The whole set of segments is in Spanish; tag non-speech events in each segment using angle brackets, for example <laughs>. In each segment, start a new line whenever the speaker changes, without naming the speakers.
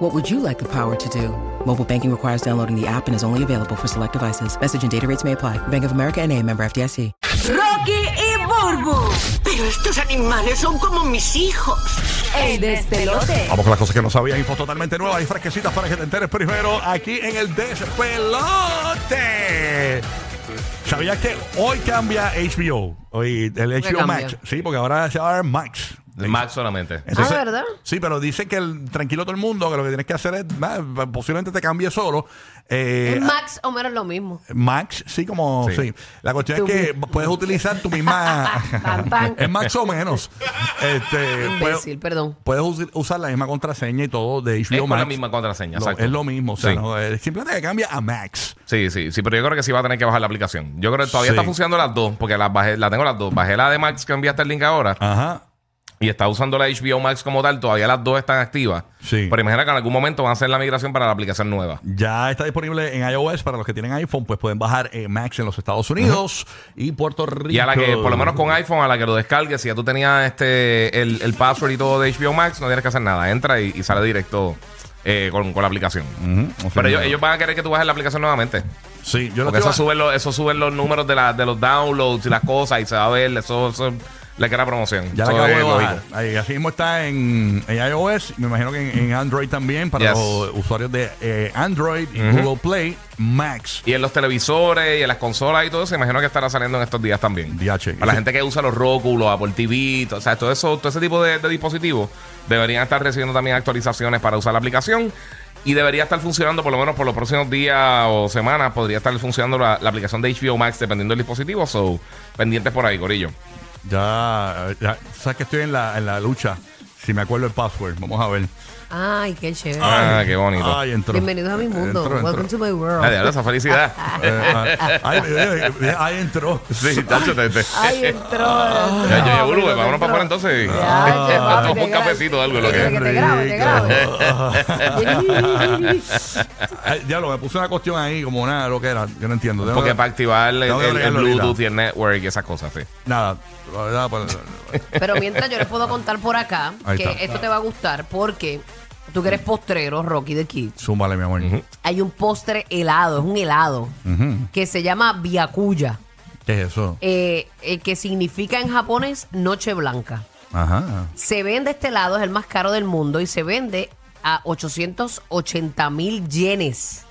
What would you like the power to do? Mobile banking requires downloading the app and is only available for select devices. Message and data rates may apply. Bank of America and a member FDIC.
Rocky y Burbu.
Pero estos animales son como mis hijos.
El despelote.
Vamos con las cosas que no sabían, info totalmente nuevas y fresquecitas para que te enteres primero aquí en el despelote. ¿Sabías que hoy cambia HBO? Hoy el
qué
HBO Max.
cambia?
Sí, porque ahora se va a dar Max.
El Max solamente.
Entonces-
Ah, ¿verdad?
Sí, pero dice que el, tranquilo todo el mundo, que lo que tienes que hacer es, nada, posiblemente te cambie solo. Eh,
ah.
Es Max o menos lo mismo.
Max, sí, como sí.
Sí.
La cuestión
Tú
es que puedes utilizar tu misma.
Pam, pam.
<laughs> es Max o menos. Este,
Imbécil, perdón.
Puedes us- usar la misma contraseña y todo de HBO
Es con
Max.
la misma contraseña,
Lo-
exacto.
es lo mismo. O sea,
Sí.
no, eh, simplemente que cambia a Max.
Sí, sí, sí, pero yo creo que sí va a tener que bajar la aplicación. Yo creo que todavía
Sí.
está funcionando las dos, porque las bajé, la tengo las dos. Bajé la de Max que enviaste el link ahora
Ajá.
y está usando la HBO Max como tal. Todavía las dos están activas.
Sí.
Pero imagina que en algún momento van a hacer la migración para la aplicación nueva.
Ya está disponible en iOS para los que tienen iPhone, pues pueden bajar eh, Max en los Estados Unidos y Puerto Rico.
Y a la que, por lo menos con iPhone, a la que lo descargues, si ya tú tenías este el, el password y todo de HBO Max, no tienes que hacer nada. Entra y, y sale directo eh, con, con la aplicación.
Ujú, o sea,
Pero ellos, ellos van a querer que tú bajes la aplicación nuevamente.
Sí, yo lo
Porque
estoy
eso
ba-
suben los, eso suben los números de, la, de los downloads y las cosas y se va a ver. Eso, eso le queda promoción.
Ya la
Eso
acabo
es
de bajar.
lógico.
Ahí, así mismo está en, en iOS, me imagino que en, en Android también, para
Yes.
los usuarios de eh, Android y Google Play, Max.
Y en los televisores y en las consolas y todo eso, imagino que estará saliendo en estos días también.
DH.
Para la gente que usa los Roku, los Apple TV, to- o sea, todo, eso, todo ese tipo de, de dispositivos deberían estar recibiendo también actualizaciones para usar la aplicación. Y debería estar funcionando por lo menos por los próximos días o semanas. Podría estar funcionando la, la aplicación de HBO Max dependiendo del dispositivo. So, pendientes por ahí, Corillo.
Ya, ya, sabes que estoy en la, en la lucha. Si me acuerdo el password, vamos a ver.
Ay, qué chévere.
Ah, qué bonito.
Ay, entró.
Bienvenidos a mi mundo.
Entró, entró.
Welcome to my
Ah,
world.
diablo, esa
<laughs>
felicidad.
Eh, ah, ay, eh, eh, ahí entró.
Sí, tacho, te, te-
Ay, entró. entró.
Eh, Ah. Ya, ya, ya,
Ay,
Burbu,
entró.
vámonos para afuera entonces. Ah,
Ya, che, papi,
Tomamos
te
un
gra-
cafecito o algo, lo
Que
que
te grabe, te grabe.
<laughs>
Ay, Diablo, me puse una cuestión ahí como nada, lo que era. Yo no entiendo. Tengo
Porque
que-
para activar el,
Tengo que
el- el
bregarlo ahorita.
Bluetooth y el network y esas cosas, sí.
Nada. la verdad, pues,
<laughs> Pero mientras yo les puedo contar por acá
Ahí
que
está.
esto te va a gustar porque tú que eres postrero, Rocky de Kids,
Zúmbale, mi amor.
hay un postre helado, es un helado que se llama Biakuya,
¿Qué es eso?
eh, eh, que significa en japonés noche blanca.
Ajá.
Se vende este lado, es el más caro del mundo y se vende a 880 mil yenes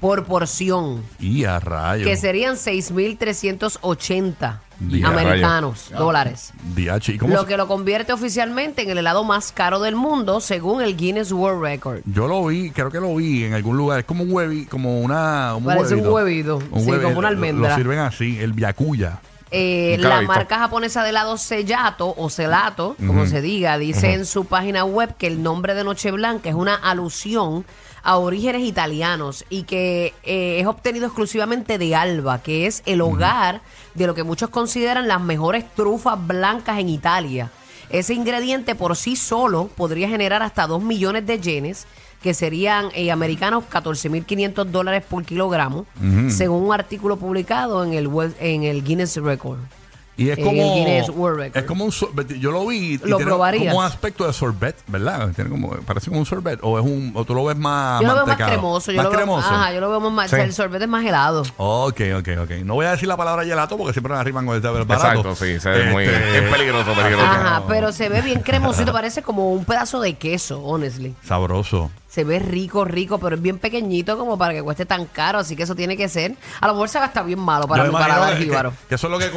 por porción,
Y a rayos.
que serían 6.380
Día,
americanos, dólares.
DH. ¿Y cómo
Lo
se-
que lo convierte oficialmente en el helado más caro del mundo, según el Guinness World Record.
Yo lo vi, creo que lo vi en algún lugar. Es como un huevi, como una. un
Parece un huevito. Sí, como una
Lo- Lo,
almendra.
sirven así, el yakuya.
Eh,
Nunca lo he
la
visto.
marca japonesa de helado Sellato o Celato, como se diga, dice en su página web que el nombre de Noche Blanca es una alusión a orígenes italianos y que eh, es obtenido exclusivamente de Alba, que es el hogar de lo que muchos consideran las mejores trufas blancas en Italia. Ese ingrediente por sí solo podría generar hasta 2 millones de yenes, que serían eh, americanos 14.500 dólares por kilogramo, según un artículo publicado en el, web- en el Guinness Record.
Y es
En
como.
el Guinness World Record.
Es como un sorbet. Yo lo vi. y
Lo
tiene
probarías.
Como un aspecto de sorbet, ¿verdad? Tiene como, parece como un sorbet. O es un. O tú lo ves más.
Yo lo veo más
mantecado.
cremoso. Yo
más
lo veo,
cremoso.
Ajá, yo lo veo más...
Sí.
El sorbete es más helado.
Ok, ok, ok. No voy a decir la palabra gelato porque siempre me arriban con el barato. Este, ah.
Exacto, sí, se ve muy- es peligroso, peligroso.
Ajá, pero se ve bien
<laughs>
cremosito. Parece como un pedazo de queso, honestly.
Sabroso.
Se ve rico, rico, pero es bien pequeñito como para que cueste tan caro. Así que eso tiene que ser... A lo mejor se va a estar bien malo para
Yo
mi
me imagino
paladar
que-
jíbaro.
Que, que eso es lo que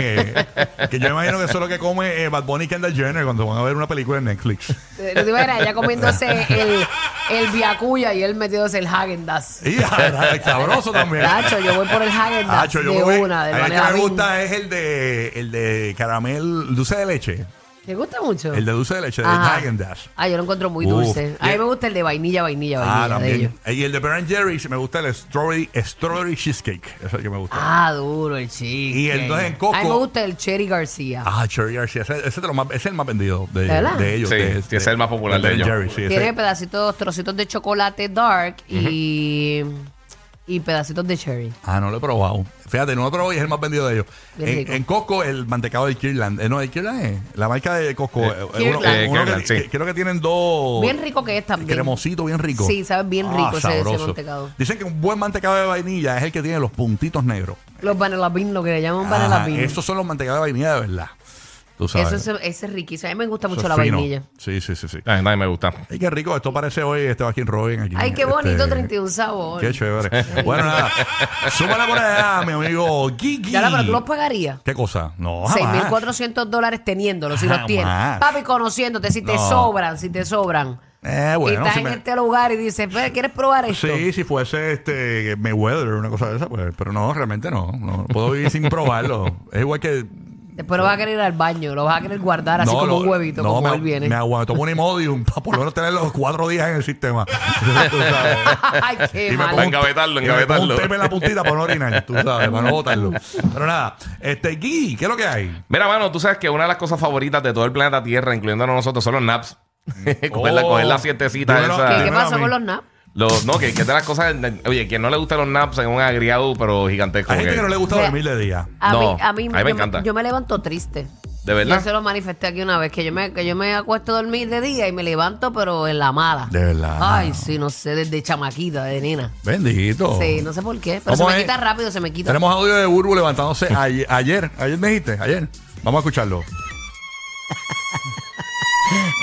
come. que yo me imagino que eso es lo que come eh, Bad Bunny y Kendall Jenner cuando van a ver una película en Netflix.
Eh, No te imaginas, ella
<laughs>
comiéndose el, el Viacuya y él metiéndose el Hagendas.
<laughs> Y ah, sabroso también.
Nacho, yo voy por el Hagendas
Hacho,
de
yo me voy-
una,
a
del
mí el que
Vanilla
me
Bean.
gusta es el de, el de caramel dulce de leche.
¿Te gusta mucho?
El de dulce de leche, de
Ajá.
Haagen Dash.
Ah, yo lo encuentro muy
Uf.
dulce. A mí
Y-
me gusta el de vainilla, vainilla, vainilla.
Ah,
de
también.
ellos.
Y el de Ben Jerry's me gusta el strawberry, strawberry cheesecake. Ese es el que me gusta.
Ah, duro el chico.
Y entonces en Coco-
A mí me gusta el Cherry García.
Ah, Cherry Garcia. Ese, ese es de los más- ese es el más vendido de,
¿Verdad?
de ellos.
Sí,
de-
sí, ese es el más popular de
Ben
ellos.
Jerry's, sí, ese-
Tiene pedacitos, trocitos de chocolate dark y, y pedacitos de cherry.
Ah, no lo he probado. Fíjate, no lo he probado y es el más vendido de ellos.
Bien
En,
rico.
en Costco, el mantecado del Kirland. Eh, no, el Kirland es la marca de Costco. Eh, uno-
Kirland.
uno
Eh,
que-
Kirland, sí.
que- creo que tienen dos.
Bien rico que es también.
Cremosito, bien rico. Ah,
Sí, sabe bien rico ese- ese
sabroso.
mantecado.
Dicen que un buen mantecado de vainilla es el que tiene los puntitos negros.
Los vanilla bean, lo que le llaman
Ajá,
vanilla bean.
Esos son los mantecados de vainilla de verdad. Ah, Tú sabes.
Eso es, ese es riquísimo. A mí me gusta
Eso
mucho
es
la
fino.
vainilla.
Sí, sí, sí, sí.
Ay, nadie me gusta.
Ay, qué rico. Esto parece hoy este Joaquín Robin aquí.
Ay, qué bonito,
Este,
31 sabor.
Qué chévere.
<laughs>
bueno, nada. Súmala por allá, mi amigo Gigi.
Ya la, pero tú los pagarías.
¿Qué cosa? No, jamás.
6.400 dólares teniéndolos, si
Jamás.
los tienes. Papi, conociéndote, si te
No.
sobran, si te sobran.
Eh,
y
bueno.
estás
si
en
me-
este lugar y dices, "Ve, ¿quieres probar esto?
Sí, si fuese este Mayweather o una cosa de esa, pues, pero no, realmente no. No puedo vivir sin probarlo. Es igual que
Después lo vas a querer ir al baño, lo vas a querer guardar así como
lo-
un huevito,
no,
como
me,
él viene.
Me aguantó un Imodium para por lo menos tener los cuatro días en el sistema. Tú sabes.
<laughs> Ay, qué
Y me
mal.
pongo un-
Engavetarlo,
y me pongo
engavetarlo.
Un tema en la puntita para no orinar, tú sabes, para
<laughs>
no botarlo. Pero nada, este Gui, ¿qué es lo que hay?
Mira, mano, tú sabes que una de las cosas favoritas de todo el planeta Tierra, incluyéndonos nosotros, son los naps. <laughs> coger, la,
Oh.
coger la sietecita
Dímelo.
esa.
¿Qué, qué
Dímelo a
pasó
mí.
con los naps?
Los, no, que, que es de las cosas. Oye, quien no le gustan los naps es un agriado, pero gigantesco.
Hay gente
porque-
que no le gusta
Mira.
dormir de día.
A,
No,
mí, a mí
a mí me
yo,
encanta.
yo me levanto triste.
¿De
Yo
verdad?
se lo manifesté aquí una vez, que yo, me, que yo me acuesto a dormir de día y me levanto, pero en la mala.
De verdad.
Ay, sí, no sé, desde chamaquita, de nena.
Bendito.
Sí, no sé por qué, pero se
Oh. ¿Cómo
me
es?
quita rápido, se me quita.
Tenemos audio de Burbu levantándose ayer. Ayer, ayer me dijiste, ayer. Vamos a escucharlo.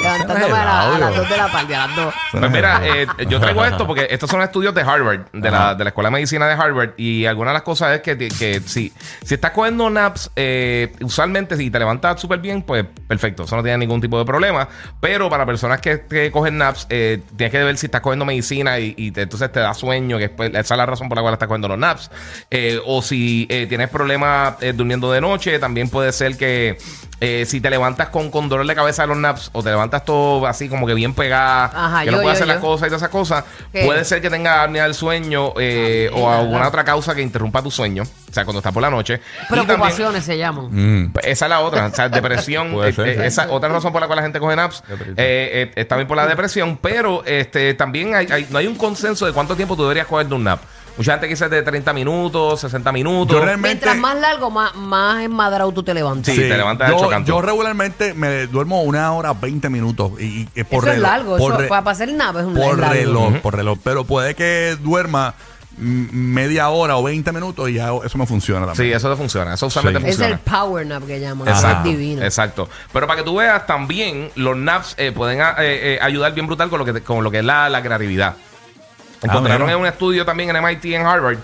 Levantándome a, la- a las 2 de la tarde, a las 2.
Pues mira, eh, yo traigo esto porque estos son estudios de Harvard, de la, de la Escuela de Medicina de Harvard, y alguna de las cosas es que, que si, si estás cogiendo naps, eh, usualmente si te levantas súper bien, pues perfecto, eso no tiene ningún tipo de problema, pero para personas que, que cogen naps, eh, tienes que ver si estás cogiendo medicina y, y te- entonces te da sueño, que es, pues, esa es la razón por la cual estás cogiendo los naps, Eh, o si eh, tienes problemas eh, durmiendo de noche, también puede ser que... eh, si te levantas con, con dolor de cabeza de los naps o te levantas todo así como que bien pegada,
Ajá, yo,
que no puede
yo,
hacer las
yo.
cosas y todas esas cosas.
¿Qué?
Puede ser que tenga apnea del sueño eh, o alguna otra causa que interrumpa tu sueño. O sea, cuando estás por la noche. Y también-
Preocupaciones se llaman.
esa es la otra,
<laughs>
o sea, depresión.
Mm. Puede
eh,
ser.
eh, esa otra razón por la cual la gente coge naps
Depresión.
eh, eh, es también por la depresión, pero este también hay, hay- no hay un consenso de cuánto tiempo tú deberías coger de un nap. Mucha gente que dice de 30 minutos, 60 minutos.
Yo realmente.
Mientras más largo, más, más enmadrado tú te levantas.
Sí, te levantas
yo,
hecho canto.
yo regularmente me duermo una hora 20 minutos. Y, y- y por
eso es
reloj,
largo,
por
eso,
re-
para para hacer nada es un es
por
largo.
reloj, por reloj. Pero puede que duerma mm, media hora o 20 minutos y ya eso me funciona
Sí,
también.
eso te funciona. Eso usualmente
Sí.
Es
funciona.
el power nap que llaman. eso
Exacto,
Es divino.
exacto. Pero para que tú veas también, los naps eh, pueden ah, eh, eh, ayudar bien brutal con lo que, te- con lo que es la, la creatividad. Encontraron
Ah, mira.
en un estudio también en MIT, en Harvard,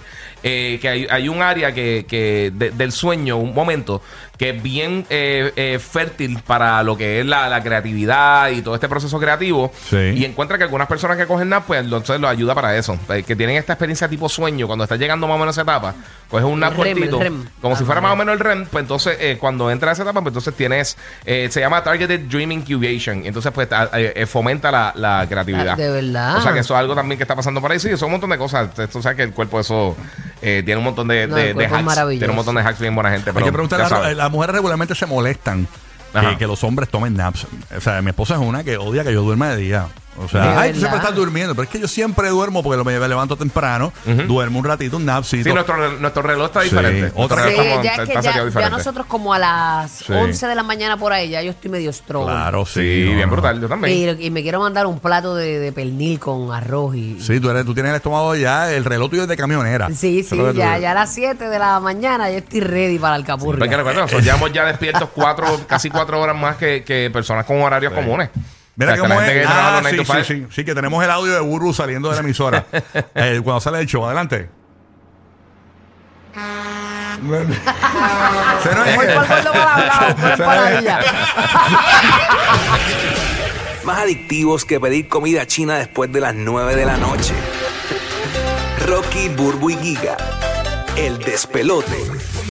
eh, que hay, hay un área que, que de- del sueño, un momento, que es bien eh, eh, fértil para lo que es la, la creatividad y todo este proceso creativo.
Sí.
Y encuentra que algunas personas que cogen nap, pues entonces los ayuda para eso. Eh, Que tienen esta experiencia tipo sueño, cuando estás llegando más o menos a esa etapa, coges un nap
El REM,
cortito,
el REM.
como si
Ah,
fuera más o
ok.
menos el REM, pues entonces eh, cuando entra a esa etapa, pues entonces tienes, eh, se llama Targeted Dream Incubation, entonces pues ta- eh, eh, fomenta la, la creatividad.
Ah, de verdad.
O sea que eso es algo también que está pasando por ahí, sí, son un montón de cosas, tú sabes que el cuerpo eso eh, tiene un montón de,
No,
de-
el
de
cuerpo es
hacks,
maravilloso.
tiene un montón de hacks bien buena gente.
Hay
pero
que preguntarle,
ya
a la-
sabes.
las mujeres regularmente se molestan
Ajá.
que, que los hombres tomen naps. O sea, mi esposa es una que odia que yo duerma de día. O sea,
De
ay, tú siempre
verdad.
estás durmiendo, pero es que yo siempre duermo porque lo- me levanto temprano, duermo un ratito, un napsito.
Sí, nuestro, re- nuestro reloj está
Sí.
diferente.
Otra-
Nuestro
Sí,
reloj estamos-
ya es que
está seteado
ya, ya
diferente.
nosotros como a las
Sí.
11 de la mañana por ahí, ya yo estoy medio strobo.
Claro, sí.
Sí,
no,
bien
no.
brutal, yo también.
Y, y me quiero mandar un plato de, de pernil con arroz y...
Sí, tú, eres, tú tienes el estómago ya, el reloj tuyo es de camionera.
Sí, sí,
Eso es lo que tú-
ya, ya a las 7 de la mañana yo estoy ready para el capurri.
Porque Pues recuerda, nosotros llevamos ya despiertos cuatro, casi cuatro horas más que, que personas con horarios comunes.
Mira
O sea,
cómo
la
es.
gente que trabaja
Ah,
los
sí,
9 to
sí,
5.
sí, sí, que tenemos el audio de Burbu saliendo de la
<laughs>
emisora. Eh, cuando sale el show,
<laughs>
adelante. Se nos-
Voy por gordo para hablar, voy para allá.
más adictivos que pedir comida china después de las 9 de la noche. Rocky, Burbu y Giga, el despelote.